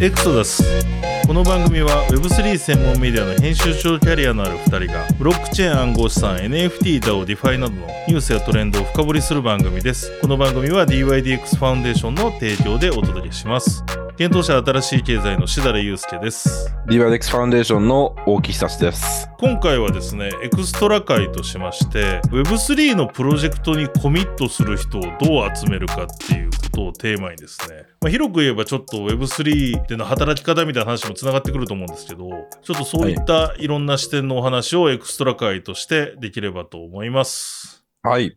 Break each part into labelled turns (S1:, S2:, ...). S1: エクソダスこの番組は Web3 専門メディアの編集長キャリアのある2人がブロックチェーン暗号資産 NFT だを DeFi などのニュースやトレンドを深掘りする番組ですこの番組は DYDX ファウンデーションの提供でお届けします検討者新しい経済のしだれゆうすけです
S2: DYDX ファウンデーションの大木久志です。
S1: 今回はですねエクストラ会としまして Web3 のプロジェクトにコミットする人をどう集めるかっていうことをテーマにですね、まあ、広く言えばちょっと Web3 での働き方みたいな話もつながってくると思うんですけどちょっとそういったいろんな視点のお話をエクストラ会としてできればと思います。
S2: はい。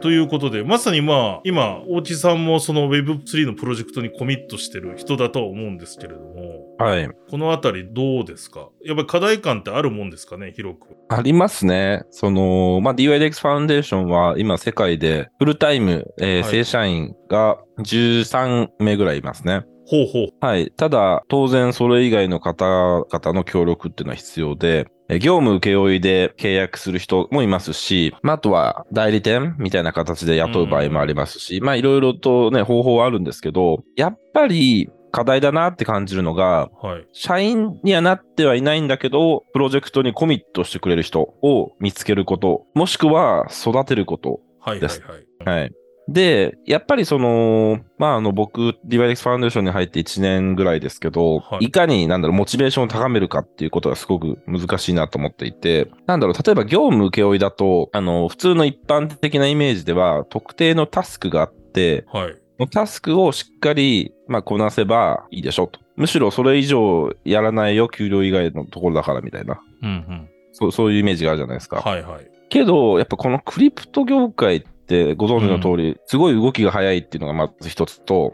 S1: ということで、まさにまあ、今、大木さんもその Web3 のプロジェクトにコミットしてる人だとは思うんですけれども、
S2: はい。
S1: このあたりどうですかやっぱり課題感ってあるもんですかね、広く。
S2: ありますね。その、まあ、DYDX ファウンデーションは今世界でフルタイム、
S1: は
S2: えー
S1: い
S2: 正社員が13名ぐらいいますね。
S1: ほうほう。
S2: はい。ただ、当然それ以外の方々の協力っていうのは必要で、えー業務請負いで契約する人もいますし、まあ、あとは代理店みたいな形で雇う場合もありますし、まあいろいろとね、方法はあるんですけど、やっぱり課題だなって感じるのが、
S1: はい。
S2: 社員にはなってはいないんだけど、プロジェクトにコミットしてくれる人を見つけること、もしくは育てること。
S1: はいはい
S2: で
S1: は
S2: す
S1: い。
S2: はい。で、やっぱりその、まあ、あの、僕、DYDX ファウンデーションに入って1年ぐらいですけど、
S1: はい
S2: い、かに、なんだろう、モチベーションを高めるかっていうことがすごく難しいなと思っていて、なんだろう、例えば業務請負いだと、あの、普通の一般的なイメージでは、特定のタスクがあって、
S1: はい。
S2: のタスクをしっかり、まあ、こなせばいいでしょと。むしろそれ以上やらないよ、給料以外のところだからみたいな。
S1: うんうん。
S2: そうそういうイメージがあるじゃないですか。
S1: はいはい。
S2: けど、やっぱこのクリプト業界ってご存知の通り、すごい動きが早いっていうのがまず一つと、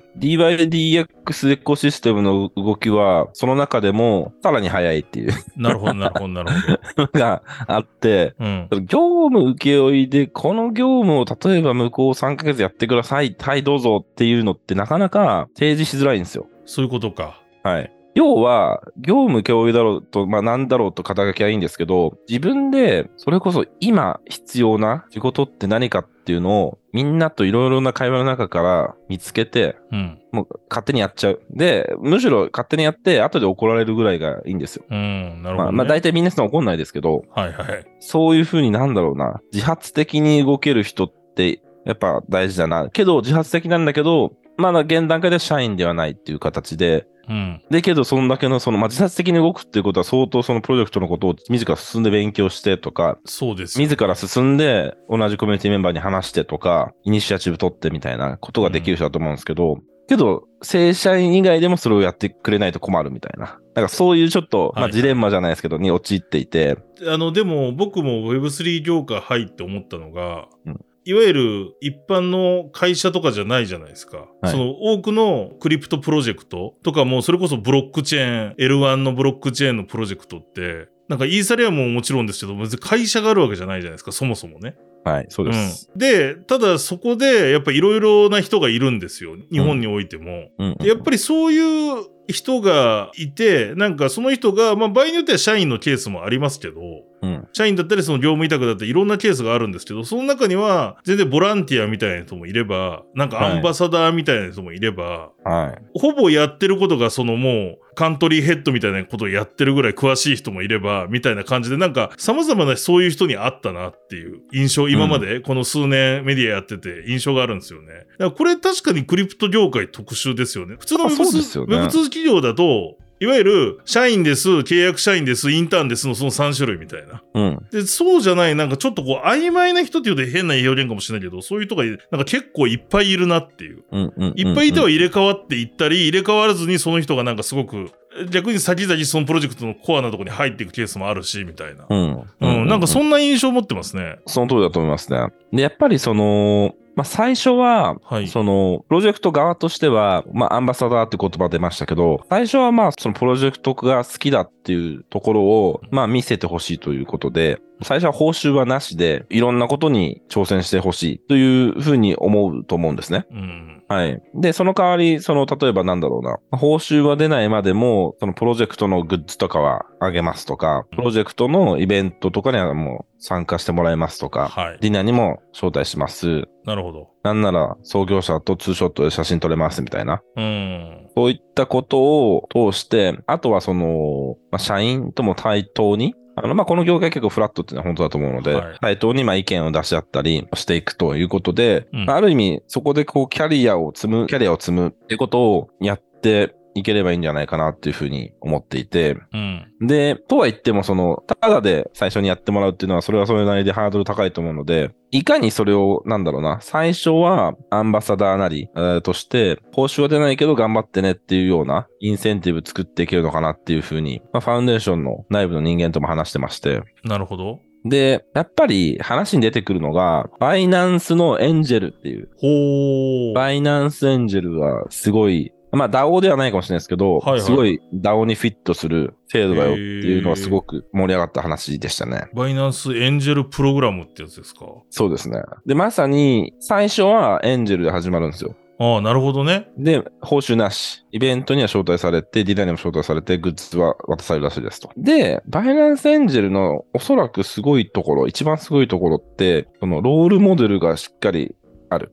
S2: DYDX エコシステムの動きは、その中でもさらに早いっていう
S1: なるほどなるほどなるほど。
S2: のがあって、
S1: うん。
S2: 業務請負いで、この業務を例えば向こう3ヶ月やってください、はい、どうぞっていうのってなかなか提示しづらいんですよ。
S1: そういうことか。
S2: はい。要は、業務共有だろうと、まあ何だろうと肩書きはいいんですけど、自分で、それこそ今必要な仕事って何かっていうのを、みんなといろいろな会話の中から見つけて、
S1: うん。
S2: もう勝手にやっちゃう。で、むしろ勝手にやって、後で怒られるぐらいがいいんですよ。
S1: うん。なるほ
S2: ま
S1: ど、
S2: あ、
S1: ね。
S2: まあ大体みんなそんな怒んないですけど、
S1: はいはい。
S2: そういうふうになんだろうな、自発的に動ける人って、やっぱ大事だな。けど、自発的なんだけど、まだ現段階では社員ではないっていう形で、
S1: うん。
S2: で、けど、そんだけの、その、まあ、自殺的に動くっていうことは、相当そのプロジェクトのことを自ら進んで勉強してとか、
S1: そうです。
S2: 自ら進んで同じコミュニティメンバーに話してとか、イニシアチブ取ってみたいなことができる人だと思うんですけど、けど、正社員以外でもそれをやってくれないと困るみたいな。なんかそういうちょっと、ま
S1: は
S2: あ、
S1: い
S2: ジレンマじゃないですけど、に陥っていて、
S1: あの、でも僕も Web3 業界入って思ったのが、
S2: うん
S1: いわゆる一般の会社とかじゃないじゃないですか。
S2: はい
S1: その多くのクリプトプロジェクトとかも、それこそブロックチェーン、L1 のブロックチェーンのプロジェクトって、なんかイーサリアムももちろんですけど、別に会社があるわけじゃないじゃないですか、そもそもね。
S2: はい、そうです。
S1: うんで、ただそこでやっぱいろいろな人がいるんですよ。日本においても。
S2: うん。
S1: でやっぱりそういう人がいて、なんかその人が、まあ場合によっては社員のケースもありますけど、
S2: うん
S1: 社員だったりその業務委託だったりいろんなケースがあるんですけど、その中には全然ボランティアみたいな人もいれば、なんかアンバサダーみたいな人もいれば、
S2: はい。
S1: ほぼやってることがそのもうカントリーヘッドみたいなことをやってるぐらい詳しい人もいれば、みたいな感じでなんか様々なそういう人に会ったなっていう印象、今までこの数年メディアやってて印象があるんですよね。だからこれ確かにクリプト業界特殊ですよね。普通の
S2: あ
S1: Web2、
S2: そうですよね
S1: Web2 企業だと、いわゆる社員です、契約社員です、インターンですのその3種類みたいな。
S2: うん。
S1: で、そうじゃない、なんかちょっとこう曖昧な人っていうと変な表現かもしれないけど、そういう人がなんか結構いっぱいいるなっていう。
S2: うん。うん。
S1: いっぱいいては
S2: うん
S1: 入れ替わっていったり、入れ替わらずにその人がなんかすごく、逆に先々そのプロジェクトのコアなとこに入っていくケースもあるし、みたいな。
S2: うん。
S1: うん、なんかそんな印象を持ってますね。
S2: その通りだと思いますね。で、やっぱりその、まあ、最初は、
S1: はい。
S2: その、プロジェクト側としては、まあ、アンバサダーって言葉出ましたけど、最初はまあ、そのプロジェクトが好きだっていうところを、まあ、見せてほしいということで、最初は報酬はなしで、いろんなことに挑戦してほしいというふうに思うと思うんですね。
S1: うん。
S2: はい。で、その代わり、その、例えばなんだろうな、報酬は出ないまでも、そのプロジェクトのグッズとかはあげますとか、プロジェクトのイベントとかにはもう参加してもらいますとか、
S1: はい。
S2: ディナーにも招待します。
S1: なるほど。
S2: なんなら創業者とツーショットで写真撮れますみたいな。
S1: うん。
S2: そういったことを通して、あとはその、まあ、社員とも対等に、あの、まあ、この業界結構フラットっていうのは本当だと思うので、
S1: はい
S2: 対等にまあ意見を出し合ったりしていくということで、
S1: うん
S2: まあある意味そこでこうキャリアを積む、キャリアを積むってことをやっていければいいんじゃないかなっていうふうに思っていて、
S1: うん。
S2: で、とは言っても、その、ただで最初にやってもらうっていうのは、それはそれなりでハードル高いと思うので、いかにそれを、なんだろうな、最初はアンバサダーなり、えーとして、報酬は出ないけど頑張ってねっていうような、インセンティブ作っていけるのかなっていうふうに、まあ、ファウンデーションの内部の人間とも話してまして、
S1: なるほど。
S2: で、やっぱり話に出てくるのが、バイナンスのエンジェルっていう、
S1: ほう。
S2: バイナンスエンジェルはすごい、まあ DAO ではないかもしれないですけど、
S1: はいはい
S2: すごい DAO にフィットする制度だよっていうのはすごく盛り上がった話でしたね。
S1: バイナンスエンジェルプログラムってやつですか。
S2: そうですね。で、まさに最初はエンジェルで始まるんですよ。
S1: ああ、なるほどね。
S2: で、報酬なし。イベントには招待されて、ディナーにも招待されて、グッズは渡されるらしいですと。で、バイナンスエンジェルのおそらくすごいところ、一番すごいところって、そのロールモデルがしっかり
S1: ほう。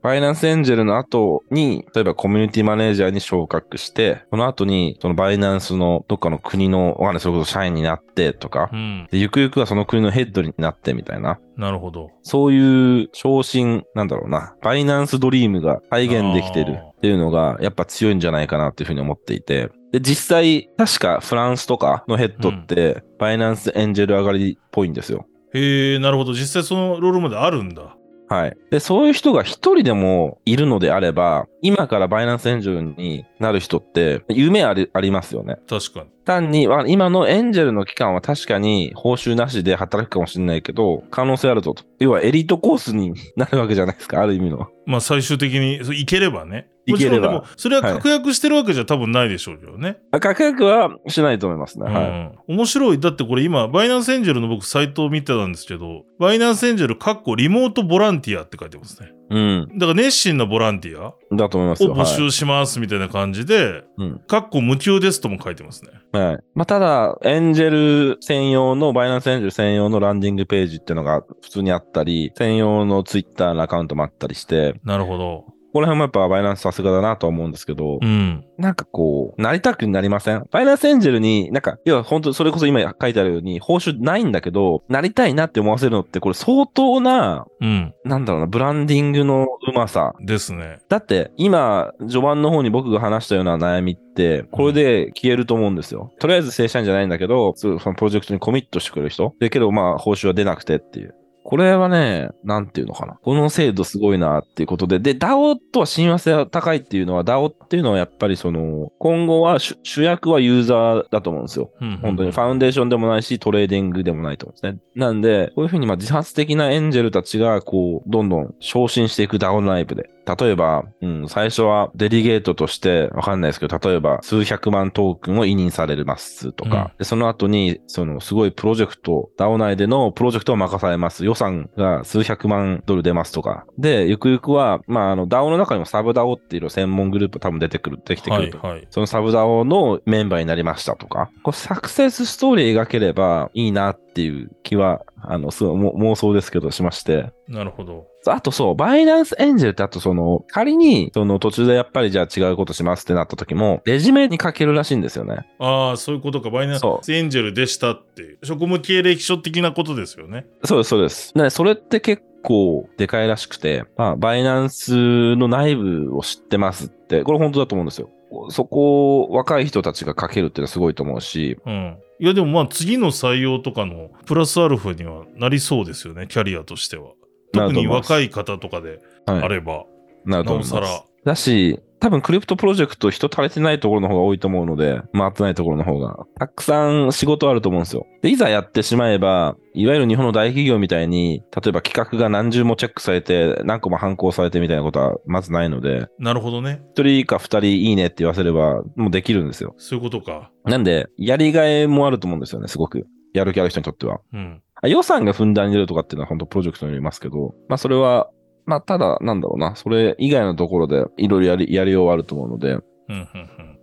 S2: ファイナンスエンジェルの後に、例えばコミュニティマネージャーに昇格して、その後に、そのバイナンスのどっかの国の、わかんない、それこそ社員になってとか
S1: う、ん。
S2: でゆくゆくはその国のヘッドになってみたいな、
S1: なるほど。
S2: そういう昇進、なんだろうな、バイナンスドリームが再現できてる
S1: あー
S2: っていうのが、やっぱ強いんじゃないかなっていうふうに思っていて、で、実際、確かフランスとかのヘッドって、バイナンスエンジェル上がりっぽいんですよ。
S1: へえ、なるほど。実際そのロールまであるんだ。
S2: はい。で、そういう人が一人でもいるのであれば、今からバイナンスエンジェルになる人って、夢ありありますよね。
S1: 確かに。
S2: 単に、わ今のエンジェルの期間は確かに報酬なしで働くかもしれないけど、可能性あるぞと。要はエリートコースになるわけじゃないですか、ある意味の。
S1: まあ最終的にそういければね。
S2: いければ
S1: もちろんでも、それは確約してるわけじゃ多分ないでしょうけどね。
S2: 価格はしないと思いますね。はい。
S1: うん、面白い。だってこれ今、バイナンスエンジェルの僕サイトを見てたんですけど、バイナンスエンジェル、かっこリモートボランティアって書いてますね。
S2: うん。
S1: だから熱心なボランティアを
S2: だと思いますよ。
S1: 募
S2: はい。
S1: 集しますみたいな感じで、
S2: うん
S1: かっこ無給ですとも書いてますね。
S2: はい。まあ、ただ、エンジェル専用の、バイナンスエンジェル専用のランディングページっていうのが普通にあったり、専用のツイッターのアカウントもあったりして、
S1: なるほど。
S2: この辺もやっぱバイナンスさすがだなとは思うんですけど
S1: う、ん。
S2: なんかこう、なりたくなりませんバイナンスエンジェルに、なんか、要は本当それこそ今書いてあるように、報酬ないんだけど、なりたいなって思わせるのって、これ相当な、
S1: うん。
S2: なんだろうな、ブランディングのうまさ。
S1: ですね。
S2: だって、今、序盤の方に僕が話したような悩みって、これで消えると思うんですよ。とりあえず正社員じゃないんだけど、そうそのプロジェクトにコミットしてくれる人。で、けどまあ、報酬は出なくてっていう。これはね、なんていうのかな。この制度すごいなっていうことで。で、DAO とは親和性が高いっていうのは、DAO っていうのはやっぱりその、今後は主主役はユーザーだと思うんですよ。
S1: うん、
S2: 本当にファウンデーションでもないし、トレーディングでもないと思うんですね。なんで、こういうふうにまあ自発的なエンジェルたちが、こう、どんどん昇進していく DAO 内部で。例えば、うん、最初はデリゲートとして、わかんないですけど、例えば数百万トークンを委任されますとか、でその後に、そのすごいプロジェクト、DAO 内でのプロジェクトを任されます。予算が数百万ドル出ますとか。で、ゆくゆくは、まあ、あの、DAO の中にもサブ DAO っていう専門グループ多分出てくる、できてく
S1: は
S2: る
S1: い
S2: と
S1: はい。
S2: そのサブダオのメンバーになりましたとか、こうサクセスストーリー描ければいいなっていう気は、あの、すごいも妄想ですけどしまして。
S1: なるほど。
S2: あとそう、バイナンスエンジェルってあとその、仮にその途中でやっぱりじゃあ違うことしますってなった時も、レジュメに書けるらしいんですよね。
S1: ああ、そういうことか。バイナン
S2: そ
S1: スエンジェルでしたっていう。職務経歴書的なことですよね。
S2: そうです、そうです。ね、それって結構でかいらしくて、まあ、バイナンスの内部を知ってますって、これ本当だと思うんですよ。そこを若い人たちが書けるっていうのはすごいと思うし、
S1: うん。いや、でもまあ次の採用とかのプラスアルファにはなりそうですよね。キャリアとしては。
S2: な
S1: 特
S2: ると思
S1: に
S2: います
S1: 若い方とかで
S2: はい
S1: あれば、
S2: なる
S1: な
S2: と思
S1: お
S2: い
S1: さ
S2: ます
S1: ら。。
S2: だし、多分クリプトプロジェクト人足りてないところの方が多いと思うので、回ってないところの方が、たくさん仕事あると思うんですよ。で、いざやってしまえば、いわゆる日本の大企業みたいに、例えば企画が何重もチェックされて、何個も反抗されてみたいなことはまずないので、
S1: なるほどね。
S2: 一人か二人いいねって言わせれば、もうできるんですよ。
S1: そういうことか。
S2: なんで、やりがいもあると思うんですよね、すごく。やる気ある人にとっては。
S1: うん。
S2: あ予算がふんだんに出るとかっていうのは本当プロジェクトによりますけど、まあそれは、まあただなんだろうな、それ以外のところでいろいろやり、やりようはあると思うので、
S1: うんうん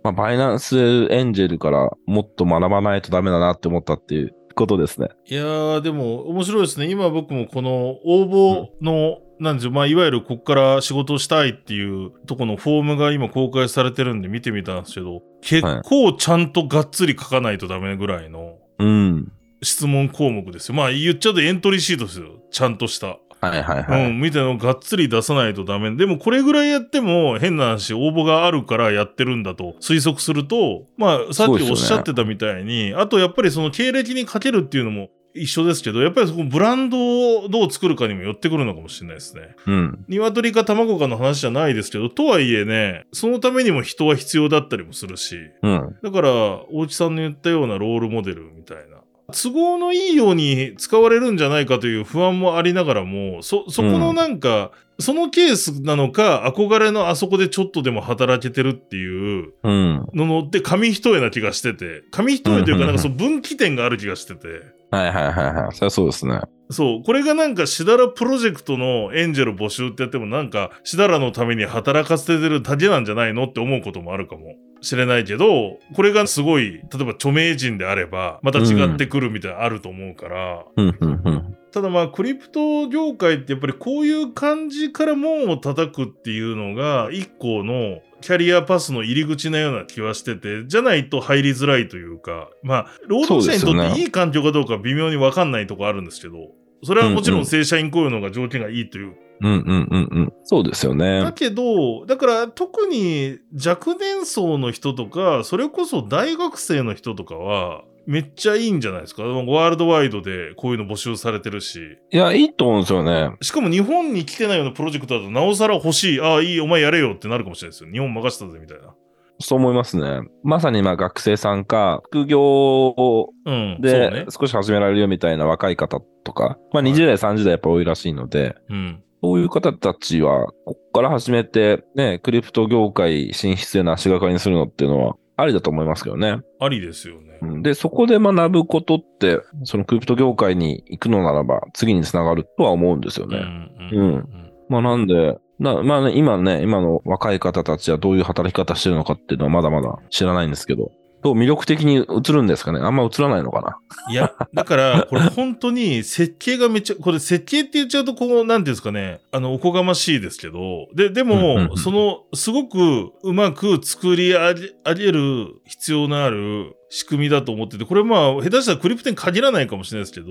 S2: まあバイナンスエンジェルからもっと学ばないとダメだなって思ったっていうことですね。
S1: いやー、でも面白いですね。今僕もこの応募の、なんですよ。まあ、いわゆるここから仕事をしたいっていうとこのフォームが今公開されてるんで見てみたんですけど、結構ちゃんとがっつり書かないとダメぐらいの
S2: うん。
S1: 質問項目ですよ。まあ、言っちゃうとエントリーシートですよ。ちゃんとした。
S2: はいはいはい。
S1: うん、みたいなのをがっつり出さないとダメ。でもこれぐらいやっても変な話、応募があるからやってるんだと推測すると、まあ、さっきおっしゃってたみたいに、あとやっぱりその経歴にかけるっていうのも一緒ですけど、やっぱりそこブランドをどう作るかにも寄ってくるのかもしれないですね。
S2: うん。
S1: 鶏か卵かの話じゃないですけど、とはいえね、そのためにも人は必要だったりもするし、
S2: うん。
S1: だから、大木さんの言ったようなロールモデルみたいな。都合のいいように使われるんじゃないかという不安もありながらも、そ、そこのなんか、そのケースなのか、憧れのあそこでちょっとでも働けてるっていう
S2: うん。
S1: ののって紙一重な気がしてて、紙一重という
S2: うん
S1: か
S2: うんうん
S1: なんかその分岐点がある気がしてて、
S2: はいはいはいはい。そりゃそうですね。
S1: そう、これがなんかしだらプロジェクトのエンジェル募集ってやってもなんかしだらのために働かせてるだけなんじゃないのって思うこともあるかもしれないけど、これがすごい、例えば著名人であればまた違ってくるみたいなのあると思うから、
S2: うんうんうん。
S1: ただまあクリプト業界ってやっぱりこういう感じから門を叩くっていうのが一個のキャリアパスの入り口なような気はしてて、じゃないと入りづらいというか、まあ、労働者にと
S2: そう
S1: っ
S2: ですよ
S1: て
S2: ね
S1: いい環境かどうか微妙にわかんないとこあるんですけど、それはもちろ
S2: うんうんん
S1: 正社員雇用の方が条件がいいという
S2: うんうんうんうん。そうですよ
S1: だ
S2: ね。
S1: けど、だから特に若年層の人とか、それこそ大学生の人とかは、めっちゃいいんじゃないですか。ワールドワイドでこういうの募集されてるし。
S2: いや、いいと思うんですよね。
S1: しかも日本に来てないようなプロジェクトだと、なおさら欲しい。ああ、いい、お前やれよってなるかもしれないですよ。日本任せたぜ、みたいな。
S2: そう思いますね。まさに今学生さんか、副業を
S1: うん。そうね
S2: で。少し始められるよみたいな若い方とか、まあ、
S1: はい
S2: 20代、30代やっぱ多いらしいので、
S1: うん。
S2: そういう方たちは、こっから始めて、ね、クリプト業界進出への足がかりにするのっていうのは、ありだと思いますけどね。
S1: ありですよね
S2: う。んで、そこで学ぶことって、そのクリプト業界に行くのならば、次につながるとは思うんですよ
S1: う
S2: ね。
S1: ん。
S2: うんまあなんで、なまあね、今ね、今の若い方たちはどういう働き方してるのかっていうのはまだまだ知らないんですけど、どう魅力的に映るんですかねあんま映らないのかない
S1: や、だから、これ本当に設計がめっちゃ、これ設計って言っちゃうと、こう、なんていうんですかね、あの、おこがましいですけど、で、で
S2: うんうんう
S1: も、
S2: ん
S1: その、すごくうまく作り上げ上げる必要のある仕組みだと思ってて、これまあ、下手したらクリプトに限らないかもしれないですけど、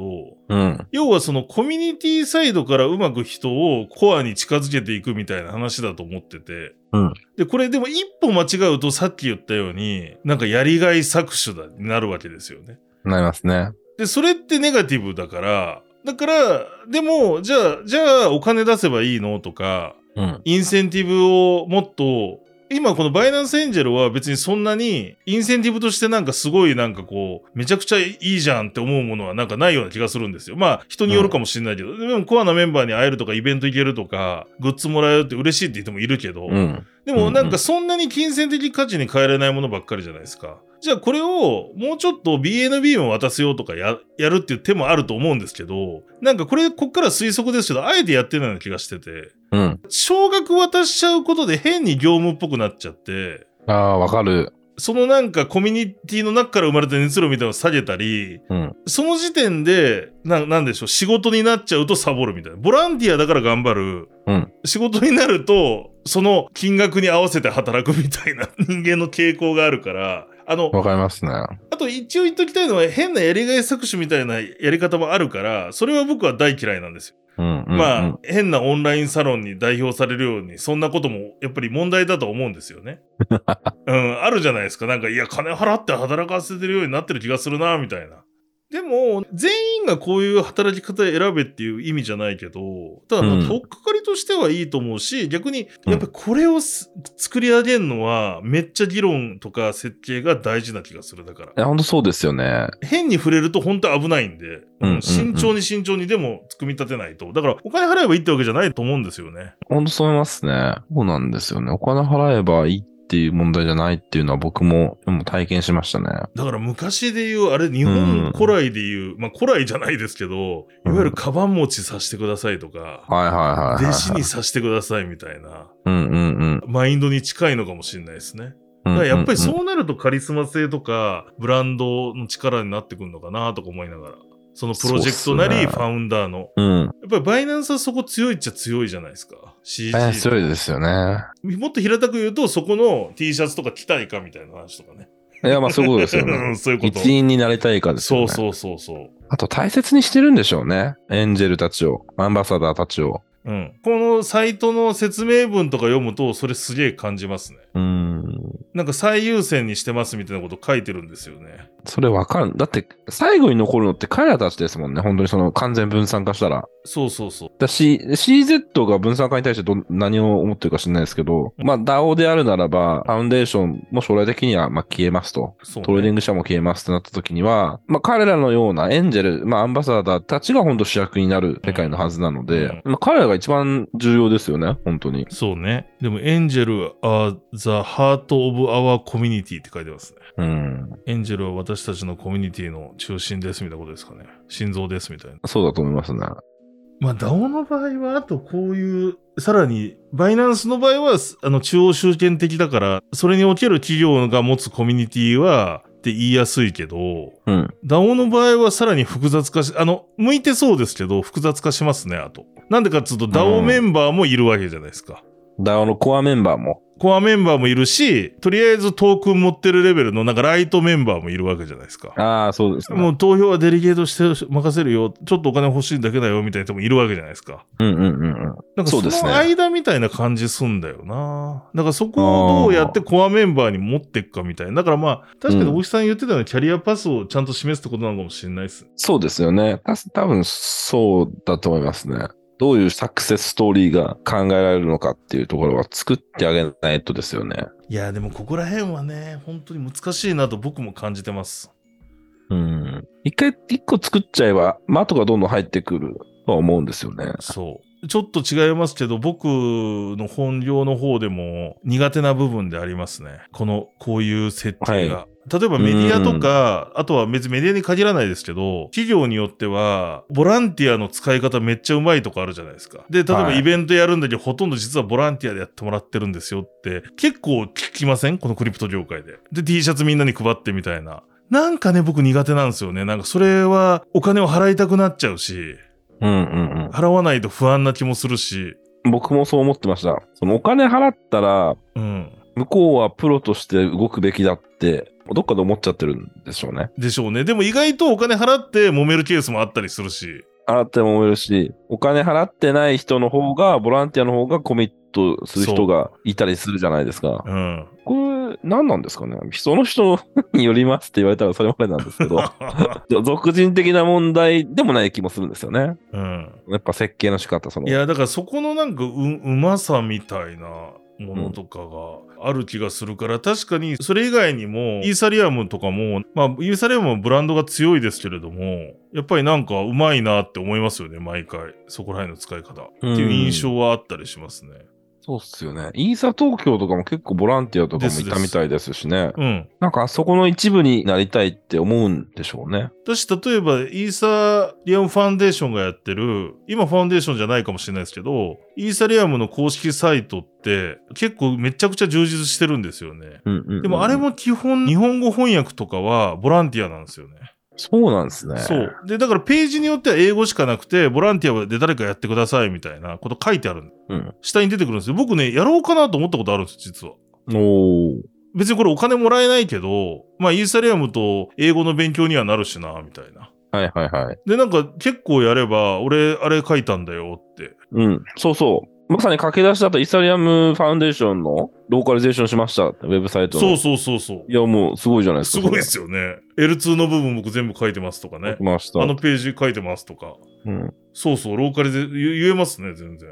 S2: うん。
S1: 要はそのコミュニティサイドからうまく人をコアに近づけていくみたいな話だと思ってて。
S2: うん
S1: で、これでも一歩間違うとさっき言ったように、なんかやりがい搾取だ、になるわけですよね。
S2: なりますね。
S1: で、それってネガティブだから、だから、でも、じゃあ、じゃあお金出せばいいのとか、
S2: うん。
S1: インセンティブをもっと、今このバイナンスエンジェルは別にそんなにインセンティブとしてなんかすごいなんかこう、めちゃくちゃいいじゃんって思うものはなんかないような気がするんですよ。まあ人によるかもしれないけど、でもコアなメンバーに会えるとかイベント行けるとか、グッズもらえるって嬉しいって人もいるけど、
S2: うん。
S1: でもなんかそんなに金銭的価値に変えられないものばっかりじゃないですか。じゃあこれをもうちょっと BNB も渡すよとかややるっていう手もあると思うんですけど、なんかこれこっから推測ですけど、あえてやってないような気がしてて。
S2: うん。
S1: 少額渡しちゃうことで変に業務っぽくなっちゃって、
S2: ああ、わかる。
S1: そのなんかコミュニティの中から生まれた熱量みたいなのを下げたり、
S2: うん。
S1: その時点で、な、なんでしょう、仕事になっちゃうとサボるみたいな。ボランティアだから頑張る。
S2: うん
S1: 仕事になると、その金額に合わせて働くみたいな 人間の傾向があるから、あの、
S2: わかりますね。
S1: あと一応言っときたいのは変なやりがい搾取みたいなやり方もあるから、それは僕は大嫌いなんですよ
S2: うん。うん
S1: まあ、、変なオンラインサロンに代表されるように、そんなこともやっぱり問題だと思うんですよ ね。うん、あるじゃないですか。なんか、いや、金払って働かせてるようになってる気がするな、みたいな。でも、全員がこういう働き方を選べっていう意味じゃないけど、ただ、まあ
S2: うん
S1: とっかかりとしてはいいと思うし、逆に、やっぱりこれをす作り上げるのは、めっちゃ議論とか設計が大事な気がする。だから
S2: い。や、本当そうですよね。
S1: 変に触れると本当危ないんで、
S2: うんうんうん
S1: 慎重に慎重にでも組み立てないと。だからお金払えばいいってわけじゃないと思うんですよね。
S2: 本当そう思いますね。そうなんですよね。お金払えばいいっていう問題じゃないっていうのは僕ももう体験しましたね。
S1: だから昔で言う、あれ、日本古来で言う、まあ古来じゃないですけど、いわゆるカバン持ちさせてくださいとか、
S2: はいはいはいはい、はい。
S1: 弟子にさせてくださいみたいな、
S2: うんうんうん。
S1: マインドに近いのかもしれないですね。
S2: うん
S1: だか
S2: うんう
S1: ら
S2: ん
S1: やっぱりそうなるとカリスマ性とか、ブランドの力になってくるのかなとか思いながら。そのプロジェクトな
S2: そうっ
S1: り、
S2: す
S1: フ
S2: ね
S1: ァウンダーの。
S2: うん。
S1: やっぱりバイナンスはそこ強いっちゃ強いじゃないですか。CG
S2: えー、強いですよね。
S1: もっと平たく言うと、そこの T シャツとか着たいかみたいな話とかね。
S2: いや、まあそういうことですよ
S1: う
S2: ね
S1: ん。そういうこと。
S2: 一員になりたいかですよ
S1: そ
S2: ね。
S1: うそうそうそう。
S2: あと大切にしてるんでしょうね。エンジェルたちを、アンバサダーたちを。
S1: うん。このサイトの説明文とか読むと、それすげえ感じますね。
S2: うーん。
S1: なんか最優先にしてますみたいなこと書いてるんですよね。
S2: それわかる。だって、最後に残るのって彼らたちですもんね。本当にその完全分散化したら。
S1: そうそうそう。
S2: だし、CZ が分散化に対してどん何を思ってるか知らないですけど、まあ DAO であるならば、ファウンデーションも将来的にはまあ消えますと。
S1: そう、ね。
S2: トレーディング社も消えますってなった時には、まあ彼らのようなエンジェル、まあアンバサダーたちが本当主役になる世界のはずなので、まあ彼らが一番重要ですよね。本当に。
S1: そうね。でも、エンジェル・ア・ザ・ハート・オブ・アワー・コミュニティって書いてますね。
S2: うん。
S1: エンジェルは私たちのコミュニティの中心ですみたいなことですかね。心臓ですみたいな。
S2: そうだと思いますね。
S1: まあ、DAO の場合は、あとこういう、さらに、バイナンスの場合は、すあの、中央集権的だから、それにおける企業が持つコミュニティは、って言いやすいけど、
S2: うん。
S1: DAO の場合はさらに複雑化し、あの、向いてそうですけど、複雑化しますね、あと。なんでかっつうと、DAO メンバーもいるわけじゃないですか。
S2: DAO のコアメンバーも。
S1: コアメンバーもいるし、とりあえずトークン持ってるレベルの、なんかライトメンバーもいるわけじゃないですか。
S2: ああ、そうですね。
S1: もう投票はデリゲートして任せるよ、ちょっとお金欲しいだけだよ、みたいな人もいるわけじゃないですか。
S2: うんうんうんうん。
S1: なんか
S2: そ
S1: そう
S2: ですね
S1: の間みたいな感じすんだよな。だからそこをどうやってコアメンバーに持っていくかみたいな。だからまあ、確かに大木さん言ってたようにキャリアパスをちゃんと示すってことなのかもしれないです。
S2: そうですよね。た多分そうだと思いますね。どういうサクセスストーリーが考えられるのかっていうところは作ってあげないとですよね。
S1: いや、でもここら辺はね、本当に難しいなと僕も感じてます。
S2: うん。一回、一個作っちゃえば、まあ、後がどんどん入ってくるとは思うんですよね。
S1: そう。ちょっと違いますけど、僕の本業の方でも苦手な部分でありますね。この、こういう設定が。
S2: は
S1: 例えばメディアとか、あとは別にメディアに限らないですけど、企業によっては、ボランティアの使い方めっちゃうまいとかあるじゃないですか。で、例えば
S2: はい
S1: イベントやるんだけど、ほとんど実はボランティアでやってもらってるんですよって、結構聞きませんこのクリプト業界で。で、T シャツみんなに配ってみたいな。なんかね、僕苦手なんですよね。なんかそれはお金を払いたくなっちゃうし、
S2: うんうん
S1: 払わないと不安な気もするし、
S2: うん。僕もそう思ってました。そのお金払ったら、
S1: うん。
S2: 向こうはプロとして動くべきだって、どっかで思っちゃってるんでしょうね。
S1: でしょうね。でも意外とお金払って揉めるケースもあったりするし。
S2: 払っても思えるし、お金払ってない人の方が、ボランティアの方がコミットする人がいたりするじゃないですか。
S1: うん。
S2: これ、何なんですかねその人によりますって言われたらそれまでなんですけ ど、俗人的な問題でもない気もするんですよね。
S1: うん。
S2: やっぱ設計の仕方、その。
S1: いや、だからそこのなんかう、うまさみたいなものとかがある気がするから、確かにそれ以外にも、イーサリアムとかも、まあ、イーサリアムはブランドが強いですけれども、やっぱりなんかうまいなって思いますよね、毎回。そこら辺の使い方。っていう印象はあったりしますね。
S2: そうっすよね。イーサ東京とかも結構ボランティアとかもいたみたいですしね。
S1: うん。
S2: なんかあそこの一部になりたいって思うんでしょうね。
S1: 私、例えば、イーサリアムファンデーションがやってる、今ファンデーションじゃないかもしれないですけど、イーサリアムの公式サイトって結構めちゃくちゃ充実してるんですよね。
S2: うんうんうん
S1: でもあれ。も基本日本語翻訳とかはボランティアなんですよね。
S2: そうなんですね。
S1: そう。で、だからページによっては英語しかなくて、ボランティアで誰かやってくださいみたいなこと書いてある。
S2: うん。
S1: 下に出てくるんですよ。僕ね、やろうかなと思ったことあるんですよ、実は。
S2: おー。
S1: 別にこれお金もらえないけど、まあイーサリアムと英語の勉強にはなるしな、みたいな。
S2: はいはいはい。
S1: で、なんか結構やれば、俺、あれ書いたんだよって。
S2: うん、そうそう。まさに駆け出しだったイーサリアムファウンデーションのローカリゼーションしましたってウェブサイトの
S1: そうそうそうそう
S2: い。や、もうすごいじゃないです
S1: すご
S2: か。
S1: いですよね。L2 の部分僕全部書いてますとか
S2: それ
S1: ね
S2: 書き。ました。
S1: あのページ書いてますとか。
S2: うん、
S1: そうそう、ローカルで言言えますね、全然。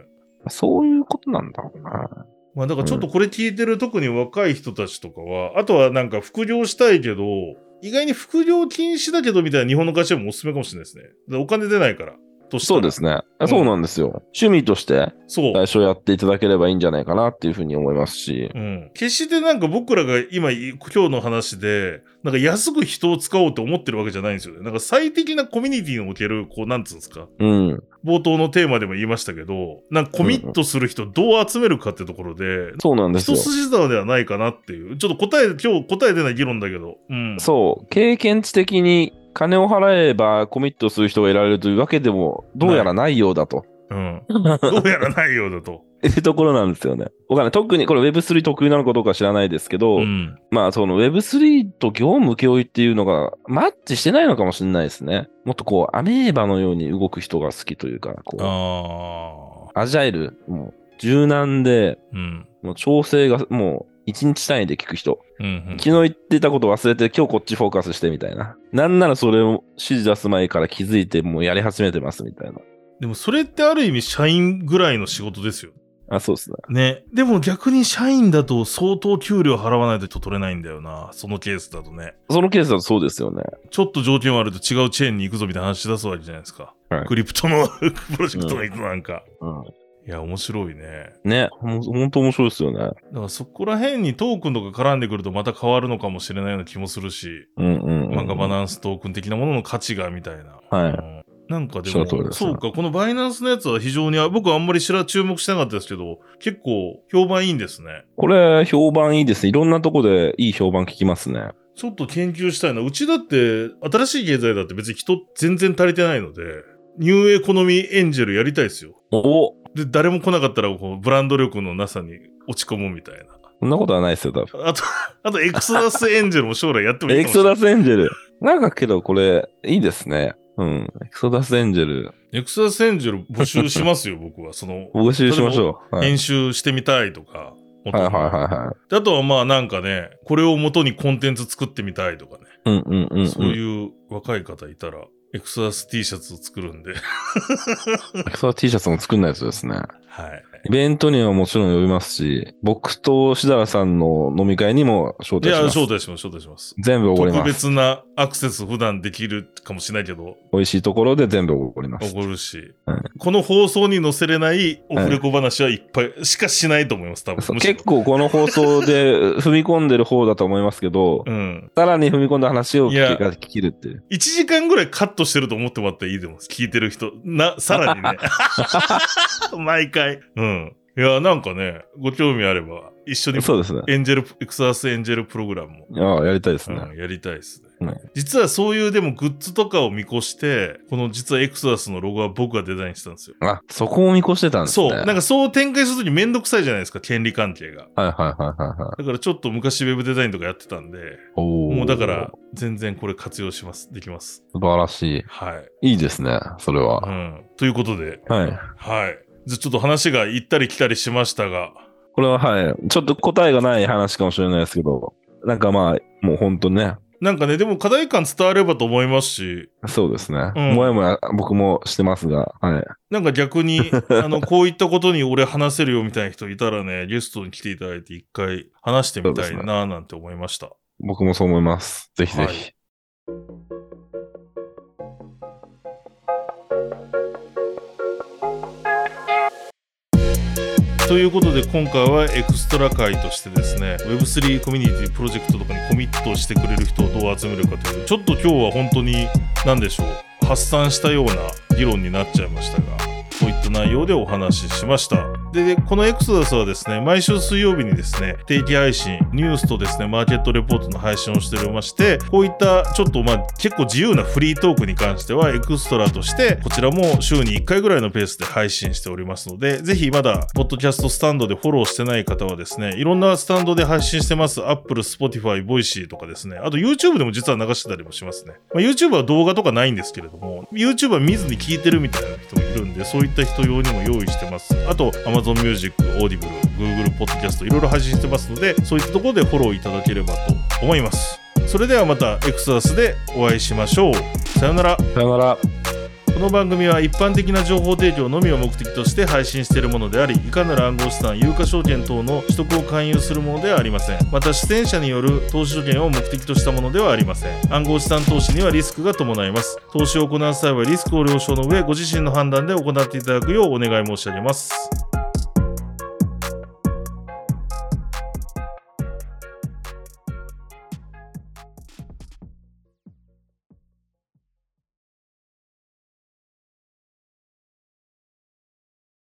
S2: そういうことなんだろうな。
S1: まあだからちょっとこれ聞いてる特に若い人たちとかは、あとはなんか副業したいけど、意外に副業禁止だけどみたいな日本の会社もおすすめかもしれないですね。だからお金出ないから。とした
S2: そ
S1: ら
S2: うですね。
S1: うん
S2: そうなんですよ。趣味として
S1: そう
S2: 最初やっていただければいいんじゃないかなっていうふうに思いますし。
S1: うん、決してなんか僕らが今今日の話でなんか安く人を使おうと思ってるわけじゃないんですよね。なんか最適なコミュニティにおけるこうなんつうんですか
S2: うん。
S1: 冒頭のテーマでも言いましたけどなんかコミットする人どう集めるかってところで
S2: そうなんです
S1: 一
S2: よ。
S1: 筋縄ではないかなっていうちょっと答え今日答え出ない議論だけど、うん、
S2: そう。経験値的に金を払えばコミットする人が得られるというわけでも、どうやらないようだと。
S1: うん、どうやらないようだと。
S2: いうところなんですよね。わかんない。特に、これ Web3 得意なのかどうかは知らないですけど、
S1: うん
S2: まあその Web3 と業務請負っていうのがマッチしてないのかもしれないですね。もっとこう、アメーバのように動く人が好きというか、こう、
S1: あ
S2: アジャイル、もう柔軟で、
S1: ーうん
S2: もう調整がもう一日単位で聞く人。
S1: うんうん
S2: 昨日言ってたこと忘れて今日こっちフォーカスしてみたいな。なんならそれを指示出す前から気づいてもうやり始めてますみたいな。
S1: でもそれってある意味社員ぐらいの仕事ですよ
S2: あ、そうですね。
S1: ね。でも逆に社員だと相当給料払わないと取れないんだよな。そのケースだとね。
S2: そのケースだとそうですよね。
S1: ちょっと条件悪いと違うチェーンに行くぞみたいな話し出すわけじゃないですか。
S2: はい
S1: クリプトの プロジェクトの行くなんか。
S2: うん。
S1: いや、面白いね。
S2: ね、ほんほんと面白いですよね。
S1: だからそこら辺にトークンとか絡んでくるとまた変わるのかもしれないような気もするし、
S2: うんうん、うん。
S1: なんかバナンストークン的なものの価値がみたいな。
S2: はい
S1: うんなんかで
S2: そ
S1: も
S2: の通りですね
S1: そうか、このバイナンスのやつは非常に、あ僕あんまり知ら注目してなかったですけど、結構評判いいんですね。
S2: これ、評判いいですね。いろんなとこでいい評判聞きますね。
S1: ちょっと研究したいな。うちだって、新しい経済だって別に人全然足りてないので、ニューエコノミーエンジェルやりたいですよ。
S2: おお
S1: で、誰も来なかったら、こう、ブランド力のなさに落ち込むみたいな。
S2: そんなことはないですよ、多
S1: あと、 あと、エクソダスエンジェルも将来やっても
S2: 分。
S1: いい
S2: エ
S1: か
S2: ク
S1: もしれな
S2: ソ
S1: い。
S2: ダスエンジェル。なんかけど、これ、いいですね。うん。エクソダスエンジェル、
S1: エクソダスエンジェル募集しますよ、 僕は。その、
S2: 募集しましょう。はい
S1: 編集してみたいとか。
S2: はいはいはい
S1: い。
S2: はい。
S1: であとはまあなんかね、これを元にコンテンツ作ってみたいとかね。
S2: うんうんうん、うん。
S1: そういう若い方いたら、エクソダス T シャツを作るんで。
S2: エクソダス T シャツも作んないとですね。
S1: はい。
S2: イベントにはもちろん呼びますし、僕としだらさんの飲み会にも招
S1: い
S2: 待し
S1: や、
S2: ます。
S1: 招待します、招待します。
S2: 全部おごり
S1: 特
S2: ます。
S1: 別なアクセス普段できるかもしれないけど、
S2: 美味しいところで全部おごりま
S1: お
S2: す。
S1: ごるし、
S2: はい
S1: この放送に載せれないオフレコ話はいっぱいしかしないと思います、多分。
S2: そう
S1: むしろ
S2: 結構この放送で踏み込んでる方だと思いますけど、
S1: うん。
S2: さらに踏み込んだ話を聞
S1: いや
S2: けが聞けるっていう。
S1: 1時間ぐらいカットしてると思ってもらったらいいと思います。聞いてる人。な、さらに ね。毎回。うん。いや、なんかね、ご興味あれば、一緒に
S2: そうですね。
S1: エンジェル、エクサスエンジェルプログラムも
S2: ああ、やりたいですね。
S1: うん、やりたいですね。
S2: うん
S1: 実はそういうでもグッズとかを見越して、この実はエクソダスのロゴは僕がデザインしたんですよ。
S2: あ、そこを見越してたんです
S1: そ
S2: ね。
S1: う。なんかそう展開するときめんどくさいじゃないですか、権利関係が。
S2: はいはいはいはいはい。
S1: だからちょっと昔ウェブデザインとかやってたんで、
S2: おー
S1: もうだから。全然これ活用します。できます。
S2: 素晴らし
S1: はい。
S2: い。いいですね、それ
S1: う
S2: は。
S1: ん。ということで、
S2: はい。
S1: はい。じゃあちょっと話が行ったり来たりしましたが、
S2: これははい。ちょっと答えがない話かもしれないですけど、なんかまあ、もう本当にね、
S1: なんかね、でも課題感伝わればと思いますし、
S2: そうですね。
S1: うん
S2: もやもや僕もしてますが、はい。
S1: なんか逆 に、あの、こういったことに俺話せるよみたいな人いたらね、ゲストに来ていただいて一回話してみたい
S2: そうです
S1: なぁなんて思いました。
S2: 僕もそう思います。ぜひぜ
S1: は
S2: ひ。
S1: いということで今回はエクストラ会としてですね Web3 コミュニティプロジェクトとかにコミットしてくれる人をどう集めるかというちょっと今日は本当に何でしょう発散したような議論になっちゃいましたがそういった内容でお話ししましたででこのエクソダスはですね毎週水曜日にですね定期配信ニュースとですねマーケットレポートの配信をしておりましてこういったちょっとまあ結構自由なフリートークに関してはエクストラとしてこちらも週に1回ぐらいのペースで配信しておりますのでぜひまだポッドキャストスタンドでフォローしてない方はですねいろんなスタンドで配信してます Apple、Spotify、Voicy とかですねあと YouTube でも実は流してたりもしますね、まあ、YouTube は動画とかないんですけれども YouTube は見ずに聞いてるみたいな人もいるんでそういった人用にも用意してますあと Amazon Music、Audible、Google Podcast いろいろ配信してますのでそういったところでフォローいただければと思いますそれではまたエクサスでお会いしましょう。さようなら。
S2: さよなら。
S1: この番組は一般的な情報提供のみを目的として配信しているものでありいかなる暗号資産有価証券等の取得を勧誘するものではありませんまた出演者による投資証券を目的としたものではありません暗号資産投資にはリスクが伴います投資を行う際はリスクを了承の上ご自身の判断で行っていただくようお願い申し上げます